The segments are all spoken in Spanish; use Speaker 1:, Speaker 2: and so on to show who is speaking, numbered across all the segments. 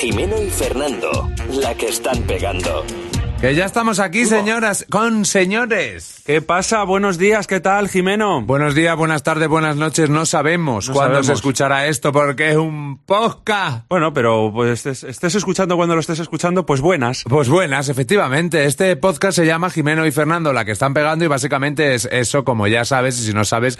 Speaker 1: Jimeno y Fernando, la que están pegando.
Speaker 2: Que ya estamos aquí, señoras, con señores.
Speaker 3: ¿Qué pasa? Buenos días, ¿qué tal, Jimeno?
Speaker 2: Buenos días, buenas tardes, buenas noches. No sabemos
Speaker 3: No
Speaker 2: cuándo se
Speaker 3: sabemos.
Speaker 2: escuchará esto porque es un podcast.
Speaker 3: Bueno, pero pues estés, estés escuchando cuando lo estés escuchando, pues buenas.
Speaker 2: Pues buenas, efectivamente. Este podcast se llama Jimeno y Fernando, la que están pegando, y básicamente es eso, como ya sabes, y si no sabes,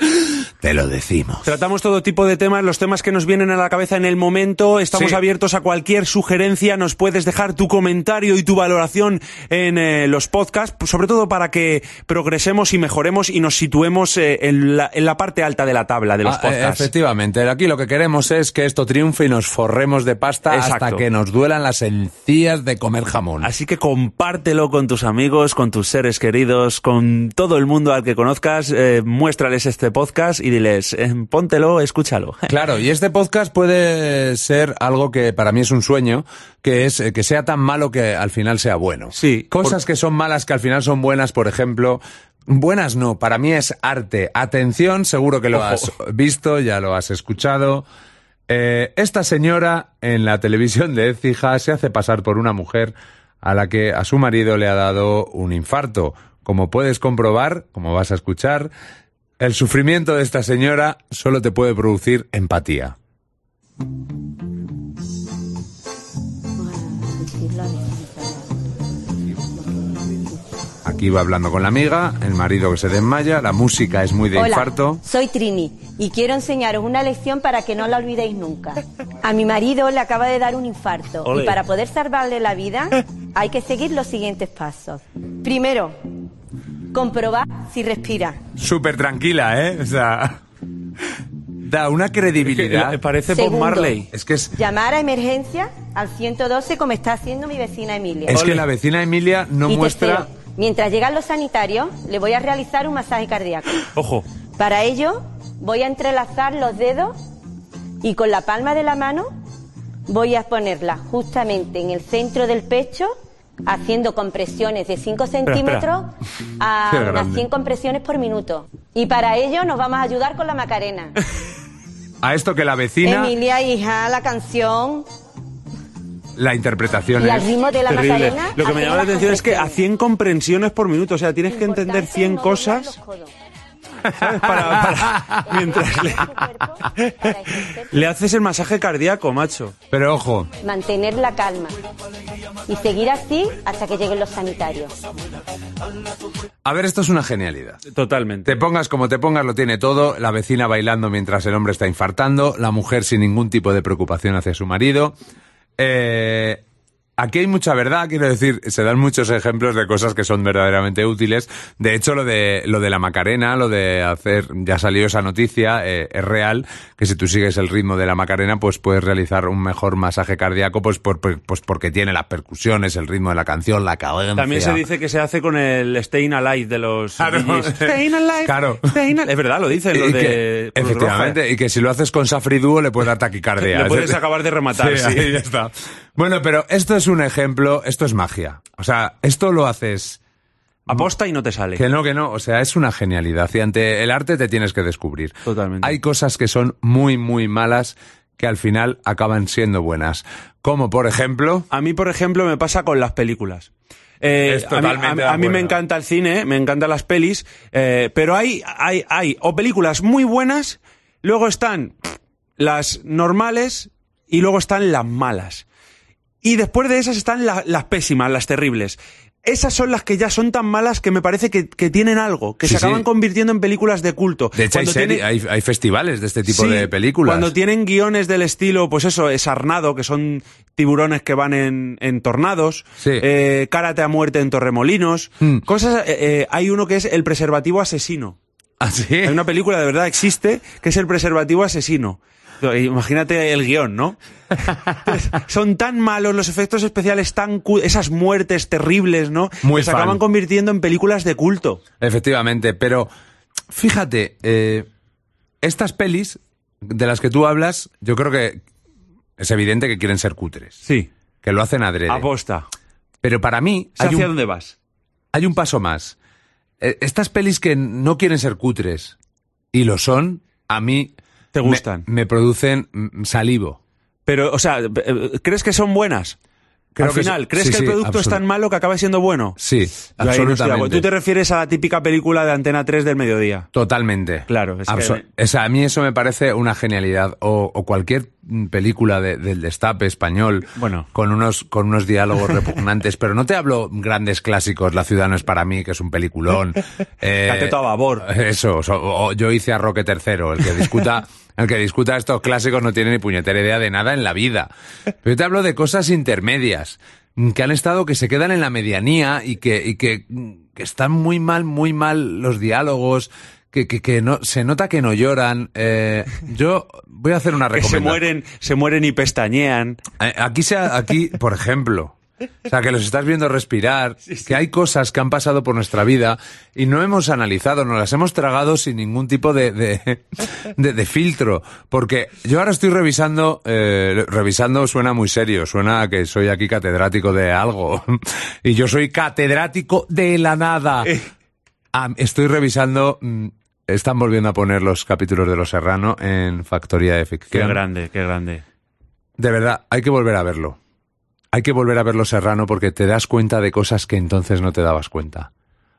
Speaker 2: te lo decimos.
Speaker 3: Tratamos todo tipo de temas, los temas que nos vienen a la cabeza en el momento. Estamos
Speaker 2: Sí.
Speaker 3: abiertos a cualquier sugerencia. Nos puedes dejar tu comentario y tu valoración en eh, los podcasts, pues, sobre todo para que progresemos y mejoremos y nos situemos eh, en, la, en la parte alta de la tabla de los
Speaker 2: Ah, eh,
Speaker 3: podcasts.
Speaker 2: efectivamente, aquí lo que queremos es que esto triunfe y nos forremos de pasta hasta
Speaker 3: Exacto.
Speaker 2: que nos duelan las encías de comer jamón.
Speaker 3: Así que compártelo con tus amigos, con tus seres queridos, con todo el mundo al que conozcas. eh, muéstrales este podcast y diles, eh, póntelo, escúchalo.
Speaker 2: Claro, y este podcast puede ser algo que para mí es un sueño, que es eh, que sea tan malo que al final sea bueno.
Speaker 3: Sí,
Speaker 2: Cosas que son malas que al final son buenas, por ejemplo. Buenas no, para mí es arte. Atención, seguro que lo has visto, ya lo has escuchado. Eh, esta señora en la televisión de Écija se hace pasar por una mujer a la que a su marido le ha dado un infarto. Como puedes comprobar, como vas a escuchar, el sufrimiento de esta señora solo te puede producir empatía. Aquí va hablando con la amiga, el marido que se desmaya, la música es muy de
Speaker 4: Hola,
Speaker 2: infarto.
Speaker 4: soy Trini y quiero enseñaros una lección para que no la olvidéis nunca. A mi marido le acaba de dar un infarto
Speaker 3: Ole.
Speaker 4: y para poder salvarle la vida hay que seguir los siguientes pasos. Primero, comprobar si respira.
Speaker 2: Súper tranquila, ¿eh? O sea, da una credibilidad.
Speaker 3: Parece Bob
Speaker 4: Segundo.
Speaker 3: Marley.
Speaker 2: Es que es,
Speaker 4: Llamar a emergencia al 112 como está haciendo mi vecina Emilia.
Speaker 2: es
Speaker 3: Ole.
Speaker 2: que la vecina Emilia no
Speaker 4: y
Speaker 2: muestra...
Speaker 4: tercero, mientras llegan los sanitarios le voy a realizar un masaje cardíaco.
Speaker 3: Ojo.
Speaker 4: Para ello, voy a entrelazar los dedos y con la palma de la mano voy a ponerla justamente en el centro del pecho, haciendo compresiones de 5 centímetros a
Speaker 2: Qué
Speaker 4: unas
Speaker 2: grande.
Speaker 4: 100 compresiones por minuto. Y para ello nos vamos a ayudar con la Macarena.
Speaker 2: A esto que la vecina,
Speaker 4: Emilia, hija, la canción
Speaker 2: la interpretación
Speaker 4: y al
Speaker 2: es...
Speaker 4: ritmo de la
Speaker 3: Terrible.
Speaker 4: Macarena.
Speaker 3: Lo que me
Speaker 4: haciendo
Speaker 3: llama la
Speaker 4: las
Speaker 3: atención es que a
Speaker 4: compresiones.
Speaker 3: 100 comprensiones por minuto, o sea, tienes que entender
Speaker 4: Importante
Speaker 3: 100
Speaker 4: no doblar
Speaker 3: cosas
Speaker 4: los codos. este
Speaker 3: ¿sabes? para, para- mientras le, le haces el masaje cardíaco, macho.
Speaker 2: Pero ojo,
Speaker 4: mantener la calma y seguir así hasta que lleguen los sanitarios.
Speaker 2: a ver, esto es una genialidad.
Speaker 3: Totalmente.
Speaker 2: Te pongas como te pongas, lo tiene todo. La vecina bailando mientras el hombre está infartando. La mujer sin ningún tipo de preocupación hacia su marido. Eh, aquí hay mucha verdad, quiero decir, se dan muchos ejemplos de cosas que son verdaderamente útiles. De hecho, lo de, lo de la Macarena, lo de hacer, ya salió esa noticia, eh, es real, que si tú sigues el ritmo de la Macarena, pues puedes realizar un mejor masaje cardíaco, pues, por, pues porque tiene las percusiones, el ritmo de la canción, la cadencia.
Speaker 3: También se dice que se hace con el Staying Alive de los
Speaker 2: Claro.
Speaker 3: DJs. Staying Alive.
Speaker 2: Claro.
Speaker 3: Staying Alive. Es verdad, lo dicen los
Speaker 2: Y
Speaker 3: de
Speaker 2: que-
Speaker 3: Cruz
Speaker 2: efectivamente, y que si lo haces con Safri Duo le puedes dar taquicardia.
Speaker 3: Le puedes acabar de rematar, sí.
Speaker 2: ahí ya está. Bueno, pero esto es un ejemplo, esto es magia. O sea, esto lo haces...
Speaker 3: Roja. Aposta y no te sale.
Speaker 2: Que no, que no, o sea, es una genialidad. Y ante el arte te tienes que descubrir.
Speaker 3: Totalmente.
Speaker 2: Hay cosas que son muy, muy malas que al final acaban siendo buenas. Como por ejemplo...
Speaker 3: A mí, por ejemplo, me pasa con las películas. Eh,
Speaker 2: Es
Speaker 3: a mí-
Speaker 2: totalmente
Speaker 3: a mí,
Speaker 2: de
Speaker 3: a mí me
Speaker 2: acuerdo.
Speaker 3: encanta el cine, me encantan las pelis, eh, pero hay, hay, hay o películas muy buenas, luego están las normales y luego están las malas. Y después de esas están la- las pésimas, las terribles. Esas son las que ya son tan malas que me parece que, que tienen algo, que
Speaker 2: Sí,
Speaker 3: se
Speaker 2: sí.
Speaker 3: acaban convirtiendo en películas de culto.
Speaker 2: De hecho, hay,
Speaker 3: Cuando
Speaker 2: serie-
Speaker 3: tienen-
Speaker 2: hay- hay festivales de este tipo
Speaker 3: Sí,
Speaker 2: de películas.
Speaker 3: Cuando tienen guiones del estilo, pues eso, es Arnado, que son tiburones que van en, en tornados,
Speaker 2: Sí.
Speaker 3: eh, Karate a muerte en Torremolinos,
Speaker 2: Mm.
Speaker 3: cosas... eh, eh, hay uno que es El preservativo asesino.
Speaker 2: ¿Ah, sí?
Speaker 3: Hay una película, de verdad, existe, que es El preservativo asesino. Imagínate el guión, ¿no? Son tan malos los efectos especiales, tan cu- esas muertes terribles, ¿no?
Speaker 2: Muy
Speaker 3: que se
Speaker 2: fan.
Speaker 3: acaban convirtiendo en películas de culto.
Speaker 2: Efectivamente, pero fíjate, eh, estas pelis de las que tú hablas, yo creo que es evidente que quieren ser cutres,
Speaker 3: Sí.
Speaker 2: que lo hacen adrede.
Speaker 3: Aposta.
Speaker 2: Pero para mí
Speaker 3: Ah, pues, ¿Sé
Speaker 2: hay
Speaker 3: ¿Hacia
Speaker 2: un,
Speaker 3: dónde vas?
Speaker 2: hay un paso más. Eh, estas pelis que no quieren ser cutres y lo son, a mí
Speaker 3: Te
Speaker 2: me-
Speaker 3: gustan.
Speaker 2: me, producen mm, salivo.
Speaker 3: Pero, o sea, eh, ¿crees que son buenas?
Speaker 2: Creo
Speaker 3: Al
Speaker 2: que
Speaker 3: final,
Speaker 2: sí.
Speaker 3: ¿crees
Speaker 2: Sí,
Speaker 3: que el
Speaker 2: sí,
Speaker 3: producto es
Speaker 2: absolut-
Speaker 3: tan malo que acaba siendo bueno?
Speaker 2: Sí,
Speaker 3: Yo ahí no estoy de acuerdo.
Speaker 2: absolutamente.
Speaker 3: Tú te refieres a la típica película de Antena 3 del mediodía.
Speaker 2: Totalmente.
Speaker 3: Claro, es que-
Speaker 2: Abso- o sea, a mí eso me parece una genialidad. O, o cualquier mm, película de- del destape español
Speaker 3: Bueno.
Speaker 2: con, unos, con unos diálogos repugnantes. pero no te hablo grandes clásicos, La ciudad no es para mí, que es un peliculón. Eh,
Speaker 3: Cateto a babor.
Speaker 2: Eso, so- o yo hice a Roque III, el que discuta... El que discuta estos clásicos no tiene ni puñetera idea de nada en la vida. Pero yo te hablo de cosas intermedias, mm, que han estado, que se quedan en la medianía y que, y que, mm, que están muy mal, muy mal los diálogos, que, que, que no, se nota que no lloran. Eh, yo voy a hacer una
Speaker 3: Que se
Speaker 2: recomendación.
Speaker 3: mueren, se mueren y pestañean.
Speaker 2: Eh, Aquí, se ha- aquí, por ejemplo, o sea, que los estás viendo respirar, que hay cosas que han pasado por nuestra vida y no hemos analizado, nos las hemos tragado sin ningún tipo de, de, de- de filtro. Porque yo ahora estoy revisando, eh, revisando suena muy serio, suena a que soy aquí catedrático de algo. Y yo soy catedrático de la nada. Ah, estoy revisando... mm, Están volviendo a poner los capítulos de Los Serrano en Factoría de
Speaker 3: Qué
Speaker 2: Ficción.
Speaker 3: grande, qué grande.
Speaker 2: De verdad, hay que volver a verlo. Hay que volver a verlo Serrano porque te das cuenta de cosas que entonces no te dabas cuenta.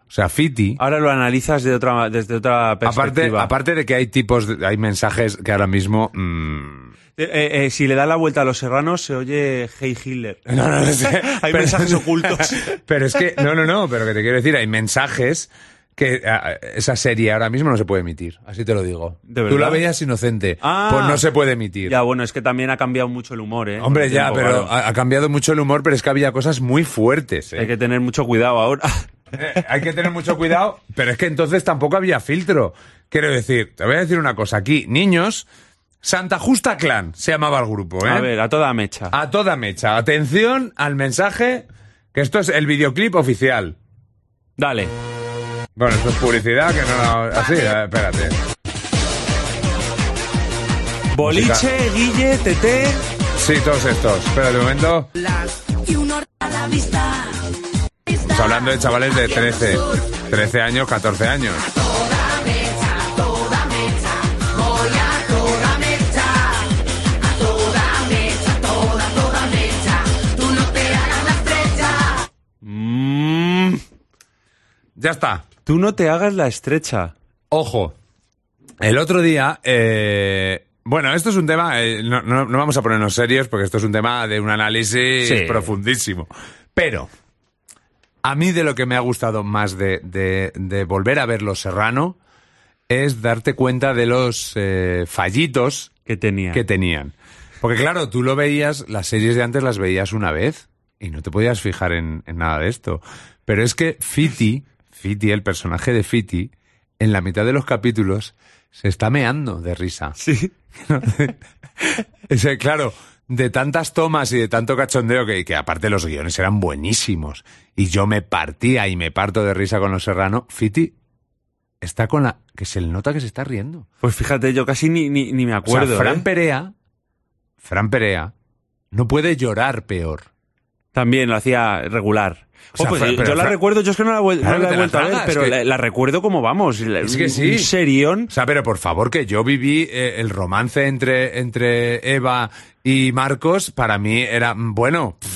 Speaker 2: O sea, Fiti,
Speaker 3: Ahora lo analizas de otra, desde otra
Speaker 2: aparte,
Speaker 3: perspectiva.
Speaker 2: aparte de que hay tipos, de- hay mensajes que ahora mismo... mm,
Speaker 3: Eh, eh, si le da la vuelta a los serranos, se oye Hey Hitler.
Speaker 2: no, no lo sé.
Speaker 3: Hay
Speaker 2: Pero-
Speaker 3: mensajes ocultos.
Speaker 2: Pero es que, no, no, no, pero que te quiero decir, hay mensajes que ah, esa serie ahora mismo no se puede emitir, así te lo digo.
Speaker 3: ¿De
Speaker 2: Tú la
Speaker 3: verdad?
Speaker 2: veías inocente,
Speaker 3: Ah.
Speaker 2: pues no se puede emitir.
Speaker 3: Ya, bueno, es que también ha cambiado mucho el humor, ¿eh? Con
Speaker 2: Hombre,
Speaker 3: el
Speaker 2: ya,
Speaker 3: tiempo,
Speaker 2: pero
Speaker 3: claro.
Speaker 2: ha, ha cambiado mucho el humor, pero es que había cosas muy fuertes. ¿eh?
Speaker 3: Hay que tener mucho cuidado ahora.
Speaker 2: Eh, hay que tener mucho cuidado, pero es que entonces tampoco había filtro. Quiero decir, te voy a decir una cosa aquí, niños, Santa Justa Clan se llamaba el grupo, ¿eh?
Speaker 3: A ver, a toda mecha.
Speaker 2: A toda mecha, atención al mensaje, que esto es el videoclip oficial.
Speaker 3: Dale.
Speaker 2: Bueno, esto es publicidad, que no... Así, a ver, espérate.
Speaker 3: Boliche, Guille, Tete.
Speaker 2: Sí, todos estos. Espera un momento. Estamos hablando de chavales de 13, 13 años, 14 años.
Speaker 3: Mm,
Speaker 2: Ya está.
Speaker 3: tú no te hagas la estrecha.
Speaker 2: Ojo, el otro día, eh, bueno, esto es un tema, eh, no, no- no vamos a ponernos serios porque esto es un tema de un análisis
Speaker 3: Sí.
Speaker 2: profundísimo, pero a mí de lo que me ha gustado más de, de- de volver a ver Los Serrano es darte cuenta de los eh, fallitos
Speaker 3: Que tenía.
Speaker 2: que tenían. Porque claro, tú lo veías, las series de antes las veías una vez y no te podías fijar en, en nada de esto. Pero es que Fiti, Fiti, el personaje de Fiti, en la mitad de los capítulos se está meando de risa.
Speaker 3: Sí.
Speaker 2: Es que, claro, de tantas tomas y de tanto cachondeo que, que aparte los guiones eran buenísimos y yo me partía y me parto de risa con los serrano, Fiti está con la... que se le nota que se está riendo.
Speaker 3: Pues fíjate, yo casi ni, ni, ni me
Speaker 2: O sea,
Speaker 3: acuerdo.
Speaker 2: Fran
Speaker 3: ¿eh?
Speaker 2: Perea, Fran Perea, no puede llorar peor.
Speaker 3: También lo hacía regular.
Speaker 2: O sea,
Speaker 3: Oh, pues,
Speaker 2: Fran-
Speaker 3: yo
Speaker 2: pero
Speaker 3: la
Speaker 2: Fran-
Speaker 3: recuerdo, yo es que no la, he vuel-
Speaker 2: Claro
Speaker 3: no
Speaker 2: que
Speaker 3: la
Speaker 2: te la
Speaker 3: he vuelto a ver,
Speaker 2: tragas,
Speaker 3: pero
Speaker 2: que-
Speaker 3: la, la recuerdo como vamos. la-
Speaker 2: Es que
Speaker 3: un-
Speaker 2: sí.
Speaker 3: Un serión.
Speaker 2: O sea, pero por favor, que yo viví eh, el romance entre, entre Eva y Marcos, para mí era, mm, bueno, pff,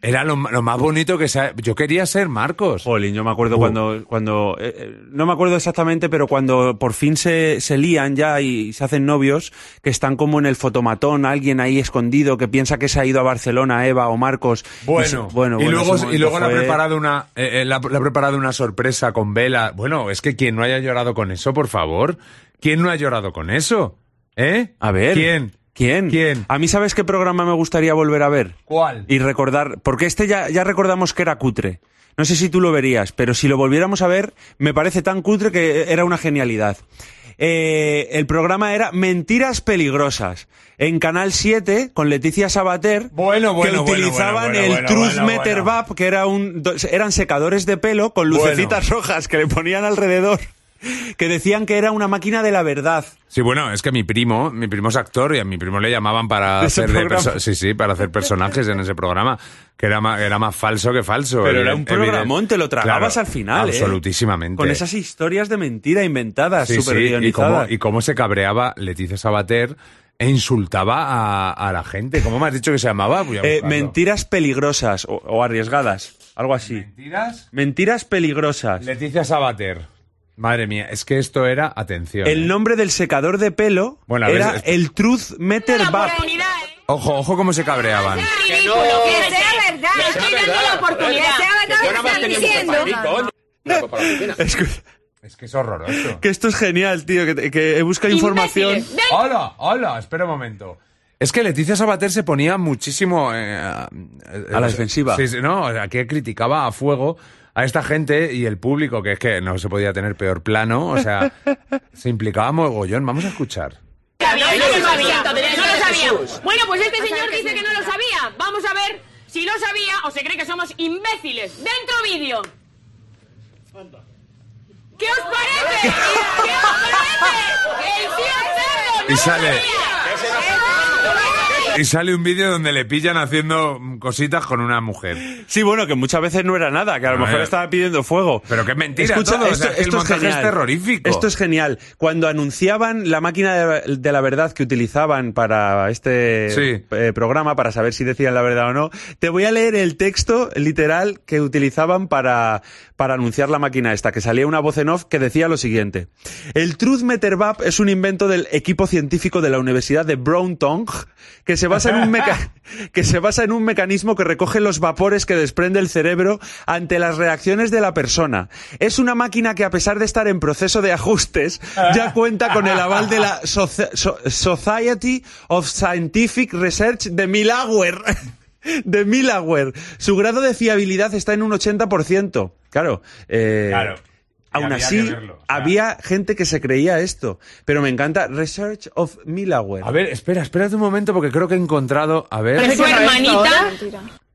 Speaker 2: era lo, ma- lo más bonito que sea. Yo quería ser Marcos.
Speaker 3: Jolín, yo me acuerdo cuando, cuando eh, eh, no me acuerdo exactamente, pero cuando por fin se, se lían ya y se hacen novios, que están como en el fotomatón, alguien ahí escondido que piensa que se ha ido a Barcelona, Eva o Marcos. Y
Speaker 2: Bueno,
Speaker 3: se- Pues, bueno,
Speaker 2: y
Speaker 3: bueno,
Speaker 2: luego,
Speaker 3: ese
Speaker 2: y luego le, ha
Speaker 3: momento fue-
Speaker 2: preparado una, eh, eh, le ha- le ha preparado una sorpresa con Vela. Bueno, es que quien no haya llorado con eso, por favor. ¿Quién no ha llorado con eso? ¿Eh?
Speaker 3: A ver.
Speaker 2: ¿Quién?
Speaker 3: ¿Quién?
Speaker 2: ¿Quién?
Speaker 3: A mí, ¿sabes qué programa me gustaría volver a ver?
Speaker 2: ¿Cuál?
Speaker 3: Y recordar, porque este ya, ya recordamos que era cutre. No sé si tú lo verías, pero si lo volviéramos a ver, me parece tan cutre que era una genialidad. Eh, el programa era Mentiras Peligrosas. En Canal 7, con Leticia Sabater,
Speaker 2: Bueno, bueno,
Speaker 3: que
Speaker 2: bueno,
Speaker 3: utilizaban
Speaker 2: bueno, bueno,
Speaker 3: el
Speaker 2: bueno,
Speaker 3: Truth
Speaker 2: bueno,
Speaker 3: Meter
Speaker 2: bueno.
Speaker 3: Vap, que era un, do- eran secadores de pelo con
Speaker 2: Bueno.
Speaker 3: lucecitas rojas que le ponían alrededor, que decían que era una máquina de la verdad.
Speaker 2: Sí, bueno, es que mi primo, mi primo es actor y a mi primo le llamaban para
Speaker 3: ¿De ese
Speaker 2: hacer de
Speaker 3: programa?
Speaker 2: perso- sí, sí, para hacer personajes en ese programa, que era más, era más falso que falso.
Speaker 3: Pero era
Speaker 2: evidente-
Speaker 3: un programón, te lo tragabas
Speaker 2: Claro,
Speaker 3: al final. ¿eh?
Speaker 2: Absolutísimamente.
Speaker 3: Con esas historias de mentira inventadas,
Speaker 2: Sí,
Speaker 3: súper
Speaker 2: sí, y cómo,
Speaker 3: guionizadas.
Speaker 2: y cómo se cabreaba Leticia Sabater e insultaba a, a la gente. ¿Cómo me has dicho que se llamaba? Pues Voy a
Speaker 3: Eh,
Speaker 2: buscarlo.
Speaker 3: mentiras peligrosas o, o arriesgadas, algo así.
Speaker 2: Mentiras.
Speaker 3: Mentiras peligrosas.
Speaker 2: Leticia Sabater. Madre mía, es que esto era atención. eh.
Speaker 3: El nombre del secador de pelo
Speaker 2: Bueno, a ver,
Speaker 3: era
Speaker 2: es-
Speaker 3: el Truth Meter Bab.
Speaker 2: Ojo, ojo cómo se cabreaban.
Speaker 5: Ridículo, que sea verdad. Estoy dando la oportunidad. Que sea verdad lo que están diciendo.
Speaker 3: Escu-
Speaker 2: Es que es horroroso.
Speaker 3: Que esto es genial, tío, que, que he buscado información.
Speaker 5: Imbéciles.
Speaker 2: Hola, hola, espera un momento. Es que Leticia Sabater se ponía muchísimo eh, a,
Speaker 3: A la defensiva.
Speaker 2: Sí, sí, no, o sea, que criticaba a fuego a esta gente y el público, que es que no se podía tener peor plano, o sea, se implicaba mogollón. Vamos a escuchar.
Speaker 5: Sabía, Ah, no lo sabía, no lo sabía. Bueno, pues este señor dice que no lo sabía. Vamos a ver si lo sabía o se cree que somos imbéciles. Dentro vídeo. ¿Qué os parece? ¿Qué os parece? El tío cerdo no
Speaker 2: Y
Speaker 5: lo
Speaker 2: sale.
Speaker 5: sabía.
Speaker 2: Y sale un vídeo donde le pillan haciendo cositas con una mujer.
Speaker 3: Sí, bueno, que muchas veces no era nada, que a lo
Speaker 2: A
Speaker 3: mejor
Speaker 2: ver.
Speaker 3: estaba pidiendo fuego.
Speaker 2: Pero qué mentira
Speaker 3: Escucha,
Speaker 2: todo, o sea,
Speaker 3: esto,
Speaker 2: es que el
Speaker 3: esto es
Speaker 2: montaje
Speaker 3: genial.
Speaker 2: es terrorífico.
Speaker 3: Esto es genial. Cuando anunciaban la máquina de, de la verdad que utilizaban para este
Speaker 2: Sí.
Speaker 3: eh, programa, para saber si decían la verdad o no, te voy a leer el texto literal que utilizaban para, para anunciar la máquina esta, que salía una voz en off que decía lo siguiente. El Truth Meter Bab es un invento del equipo científico de la Universidad de Brown Tongue que se basa en un meca- que se basa en un mecanismo que recoge los vapores que desprende el cerebro ante las reacciones de la persona. Es una máquina que a pesar de estar en proceso de ajustes ya cuenta con el aval de la Soci- So- Society of Scientific Research de Milagüer. De Milagüer. Su grado de fiabilidad está en un 80%. Claro. eh,
Speaker 2: Claro. Y
Speaker 3: Aún
Speaker 2: había
Speaker 3: así,
Speaker 2: que verlo, claro.
Speaker 3: había gente que se creía esto. Pero me encanta Research of Milagüer.
Speaker 2: A ver, espera, espérate un momento porque creo que he encontrado. A ver.
Speaker 5: Es su
Speaker 2: ¿eh?
Speaker 5: hermanita.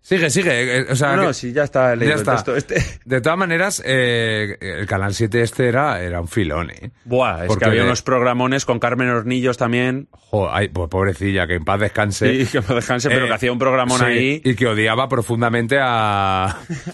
Speaker 2: Sigue, sigue. eh, o sea,
Speaker 3: No,
Speaker 2: que-
Speaker 3: no, sí, ya está leído
Speaker 2: Ya está.
Speaker 3: el texto. Este.
Speaker 2: De todas maneras, eh, el Canal 7 este era, era un filón, ¿eh?
Speaker 3: Buah, es
Speaker 2: Porque-
Speaker 3: que había unos programones con Carmen Hornillos también.
Speaker 2: Jo, ay, pues pobrecilla, que en paz descanse.
Speaker 3: Y que me descanse, pero
Speaker 2: Eh,
Speaker 3: que hacía un programón
Speaker 2: sí,
Speaker 3: ahí.
Speaker 2: Y que odiaba profundamente a,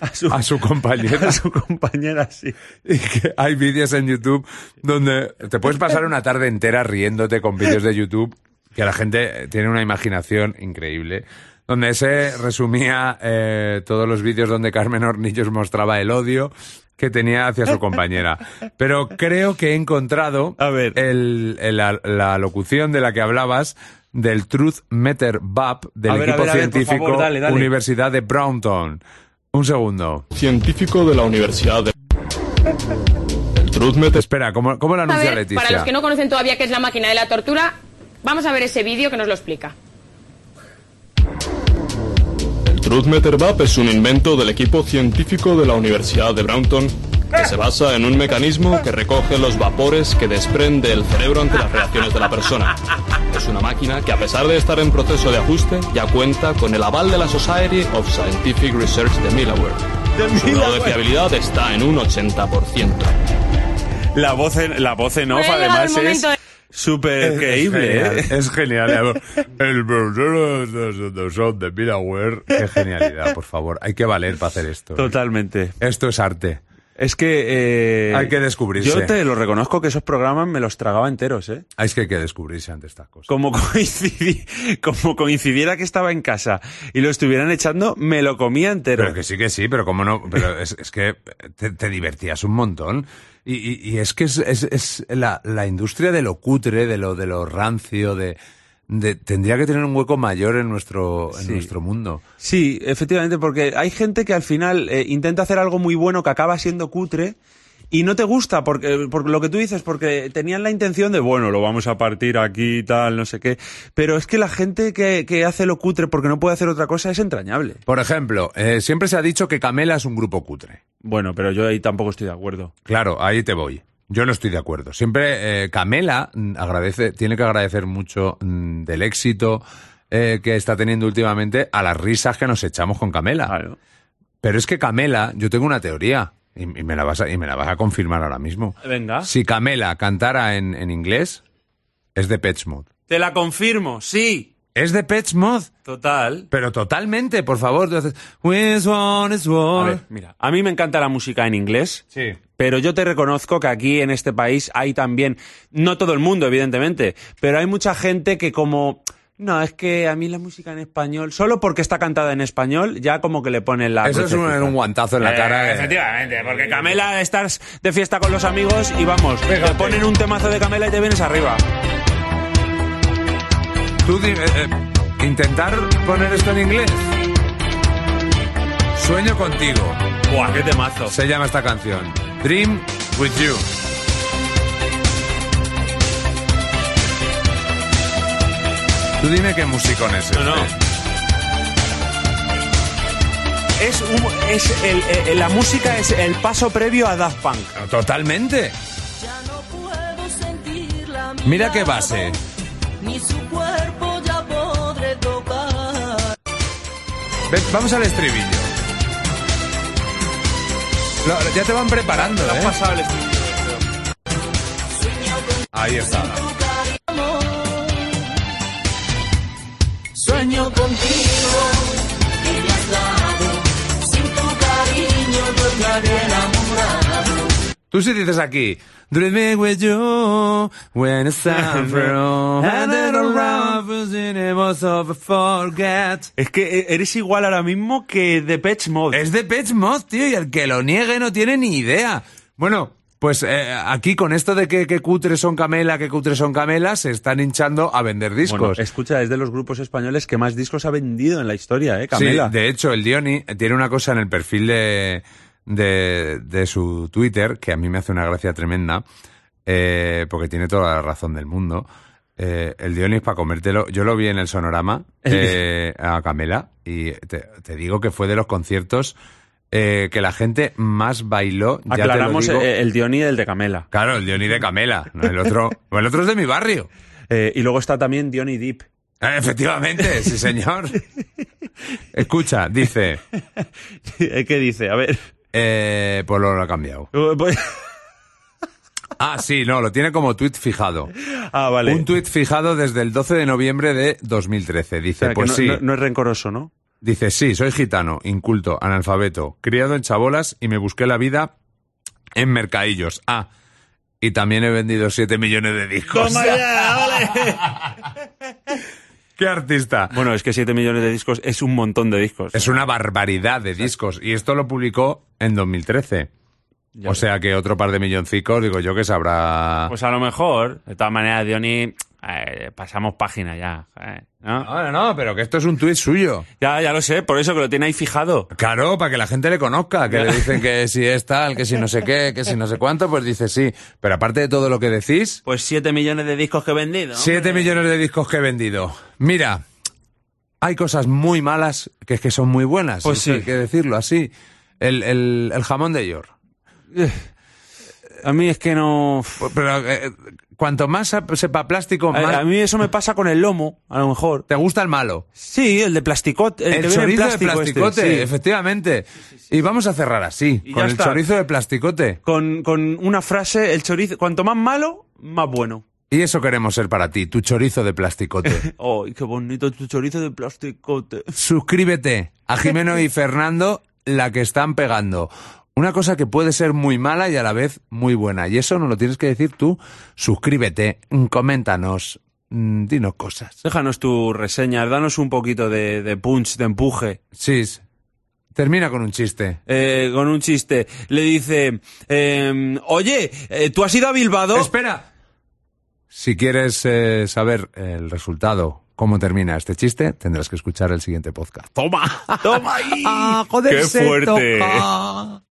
Speaker 2: a
Speaker 3: su-
Speaker 2: su, compañera.
Speaker 3: a su compañera, sí.
Speaker 2: Y que hay vídeos en YouTube donde te puedes pasar una tarde entera riéndote con vídeos de YouTube, que la gente tiene una imaginación increíble. Donde se resumía eh, todos los vídeos donde Carmen Hornillos mostraba el odio que tenía hacia su compañera. Pero creo que he encontrado
Speaker 3: A ver.
Speaker 2: el- el- la, la locución de la que hablabas del Truth Meter Bab del
Speaker 3: A ver, a
Speaker 2: equipo
Speaker 3: ver, a ver, por
Speaker 2: científico
Speaker 3: favor, dale, dale.
Speaker 2: Universidad de Brownton. Un segundo.
Speaker 6: científico de la Universidad de... El Truth Meter
Speaker 2: Espera, ¿cómo, cómo lo
Speaker 5: A
Speaker 2: anuncia
Speaker 5: ver,
Speaker 2: Leticia?
Speaker 5: para los que no conocen todavía qué es la máquina de la tortura, vamos a ver ese vídeo que nos lo explica.
Speaker 6: El Truth Meter Bab es un invento del equipo científico de la Universidad de Brownton que se basa en un mecanismo que recoge los vapores que desprende el cerebro ante las reacciones de la persona. Es una máquina que a pesar de estar en proceso de ajuste ya cuenta con el aval de la Society of Scientific Research de Milaware. Su grado de fiabilidad está en un 80%.
Speaker 3: La voz en, la voz en off,
Speaker 5: Bueno, ha llegado
Speaker 3: además,
Speaker 5: el
Speaker 3: es
Speaker 5: momento de-
Speaker 3: súper
Speaker 2: genial,
Speaker 3: creíble. ¿eh?
Speaker 2: Es genial. El profesor de- de son de Biraware. Qué genialidad, por favor. Hay que valer para hacer esto. ¿eh?
Speaker 3: Totalmente.
Speaker 2: Esto es arte.
Speaker 3: Es que... eh,
Speaker 2: Hay que descubrirse.
Speaker 3: Yo te lo reconozco que esos programas me los tragaba enteros, ¿eh?
Speaker 2: Ah, Es que hay que descubrirse ante estas cosas.
Speaker 3: Como, coincidí, como coincidiera que estaba en casa y lo estuvieran echando, me lo comía entero.
Speaker 2: Pero que sí, que sí, pero cómo no. Pero es, es que te, te divertías un montón. Y, y- y es que es, es- es la, la industria de lo cutre, de lo, de lo rancio, de, de- tendría que tener un hueco mayor en nuestro, en
Speaker 3: Sí.
Speaker 2: nuestro mundo.
Speaker 3: Sí, efectivamente, porque hay gente que al final eh, intenta hacer algo muy bueno que acaba siendo cutre y no te gusta porque, por lo que tú dices, porque tenían la intención de, bueno, lo vamos a partir aquí, tal, no sé qué. Pero es que la gente que, que hace lo cutre porque no puede hacer otra cosa es entrañable.
Speaker 2: Por ejemplo, eh, siempre se ha dicho que Camela es un grupo cutre.
Speaker 3: Bueno, pero yo ahí tampoco estoy de acuerdo.
Speaker 2: Claro, ahí te voy. Yo no estoy de acuerdo. Siempre eh, Camela mm, agradece, tiene que agradecer mucho mm, del éxito eh, que está teniendo últimamente a las risas que nos echamos con Camela.
Speaker 3: Claro.
Speaker 2: Pero es que Camela, yo tengo una teoría y, y me la vas a, y me la vas a confirmar ahora mismo.
Speaker 3: Venga.
Speaker 2: Si Camela cantara en, en inglés, es de Pet Smooth.
Speaker 3: Te la confirmo, sí.
Speaker 2: Es de Pets Mod,
Speaker 3: Total.
Speaker 2: pero totalmente, por favor. tú haces, "Which one is
Speaker 3: A
Speaker 2: one?".
Speaker 3: ver, mira, a mí me encanta la música en inglés.
Speaker 2: Sí.
Speaker 3: Pero yo te reconozco que aquí en este país hay también, no todo el mundo, evidentemente, pero hay mucha gente que como, no, es que a mí la música en español, solo porque está cantada en español, ya como que le ponen la...
Speaker 2: Eso es un,
Speaker 3: crucecita.
Speaker 2: un guantazo en la
Speaker 3: Eh,
Speaker 2: cara. eh.
Speaker 3: efectivamente, porque Camela estás de fiesta con los amigos y vamos, te ponen un temazo de Camela y te vienes arriba.
Speaker 2: Tú di- eh, eh, intentar poner esto en inglés. Sueño contigo.
Speaker 3: Buah, qué temazo.
Speaker 2: Se llama esta canción. Dream with you. Tú dime qué musicón es este.
Speaker 3: No, no. Es, un- es el- el- la música es el paso previo a Daft Punk.
Speaker 2: Pero Totalmente.
Speaker 7: Ya no puedo sentir la mirada,
Speaker 2: Mira qué base.
Speaker 7: Ni su cuerpo ya podré tocar.
Speaker 2: Ven, vamos al estribillo. Lo- ya te van preparando, ¿eh? Ahí está.
Speaker 7: Sueño contigo y me has dado. Sin tu cariño yo te habría enamorado.
Speaker 2: Tú si dices aquí, Dreaming with you when it's time for all, and then around for the neighbors of a forget.
Speaker 3: Es que e- eres igual ahora mismo que The Patch Mode.
Speaker 2: Es de Pets Mod, tío, y el que lo niegue no tiene ni idea. Bueno, pues eh, aquí con esto de que, que cutres son camela, que cutres son camela, se están hinchando a vender discos.
Speaker 3: Bueno, escucha, es de los grupos españoles que más discos ha vendido en la historia, ¿eh,
Speaker 2: Sí,
Speaker 3: Camela?
Speaker 2: de hecho, el Diony tiene una cosa en el perfil de, de, de su Twitter que a mí me hace una gracia tremenda, eh, porque tiene toda la razón del mundo. Eh, el Diony es para comértelo. Yo lo vi en el Sonorama eh, a Camela y te, te digo que fue de los conciertos eh, que la gente más bailó. ya te lo
Speaker 3: Aclaramos
Speaker 2: digo.
Speaker 3: eh, el Diony y el de Camela.
Speaker 2: Claro, el Diony de Camela, no el otro. el otro es de mi barrio.
Speaker 3: Eh, y luego está también Diony Deep.
Speaker 2: Eh, Efectivamente, sí señor. Escucha, dice,
Speaker 3: ¿Qué dice? A ver.
Speaker 2: eh, pues lo ha cambiado.
Speaker 3: Eh, pues-
Speaker 2: Ah, sí, no, lo tiene como tuit fijado.
Speaker 3: Ah, vale.
Speaker 2: Un tuit fijado desde el 12 de noviembre de 2013.
Speaker 3: O
Speaker 2: Dice,
Speaker 3: sea, que
Speaker 2: pues
Speaker 3: Eh, no,
Speaker 2: sí.
Speaker 3: no- no es rencoroso, ¿no?
Speaker 2: Dice, sí, soy gitano, inculto, analfabeto, criado en chabolas y me busqué la vida en mercadillos. Ah, y también he vendido 7 millones de discos. ¡Qué artista!
Speaker 3: Bueno, es que 7 millones de discos es un montón de discos.
Speaker 2: Es una barbaridad de discos. Y esto lo publicó en 2013.
Speaker 3: Ya
Speaker 2: o
Speaker 3: ves.
Speaker 2: sea que otro par de milloncicos, digo yo, que sabrá...
Speaker 3: Pues a lo mejor, de todas maneras, Diony, eh, pasamos página ya. eh, ¿no?
Speaker 2: No, no, no, pero que esto es un tuit suyo.
Speaker 3: Ya, ya lo sé, por eso que lo tiene ahí fijado.
Speaker 2: Claro, para que la gente le conozca, que le dicen que si es tal, que si no sé qué, que si no sé cuánto, pues dice sí. Pero aparte de todo lo que decís,
Speaker 3: Pues 7 millones de discos que he vendido.
Speaker 2: 7 millones de discos que he vendido. Mira, hay cosas muy malas que es que son muy buenas.
Speaker 3: Pues
Speaker 2: Eso
Speaker 3: sí.
Speaker 2: Hay que decirlo así. El, el- el jamón de York.
Speaker 3: A mí es que no...
Speaker 2: Pues, Pero eh, cuanto más sap- sepa plástico, más
Speaker 3: A, a mí eso me pasa con el lomo, a lo mejor.
Speaker 2: te gusta el malo.
Speaker 3: Sí, el de plasticote.
Speaker 2: El,
Speaker 3: que viene en
Speaker 2: chorizo de
Speaker 3: plástico este,
Speaker 2: plasticote,
Speaker 3: sí.
Speaker 2: efectivamente. Y vamos a cerrar así,
Speaker 3: Y
Speaker 2: con
Speaker 3: ya
Speaker 2: el
Speaker 3: está.
Speaker 2: chorizo de plasticote.
Speaker 3: Con, con una frase, el chorizo... Cuanto más malo, más bueno.
Speaker 2: Y eso queremos ser para ti, tu chorizo de plasticote.
Speaker 3: ¡Ay, Oh, qué bonito tu chorizo de plasticote!
Speaker 2: suscríbete a Jimeno y Fernando, la que están pegando. Una cosa que puede ser muy mala y a la vez muy buena. Y eso no lo tienes que decir tú. Suscríbete, mm, coméntanos, mm, dinos cosas.
Speaker 3: Déjanos tu reseña, danos un poquito de, de punch, de empuje.
Speaker 2: Chis, termina con un chiste.
Speaker 3: Eh, con un chiste. Le dice, eh, oye, eh, ¿tú has ido a Bilbao?
Speaker 2: ¡Espera! Si quieres eh, saber el resultado, cómo termina este chiste, tendrás que escuchar el siguiente podcast.
Speaker 3: Toma, toma ahí. ¡Qué fuerte!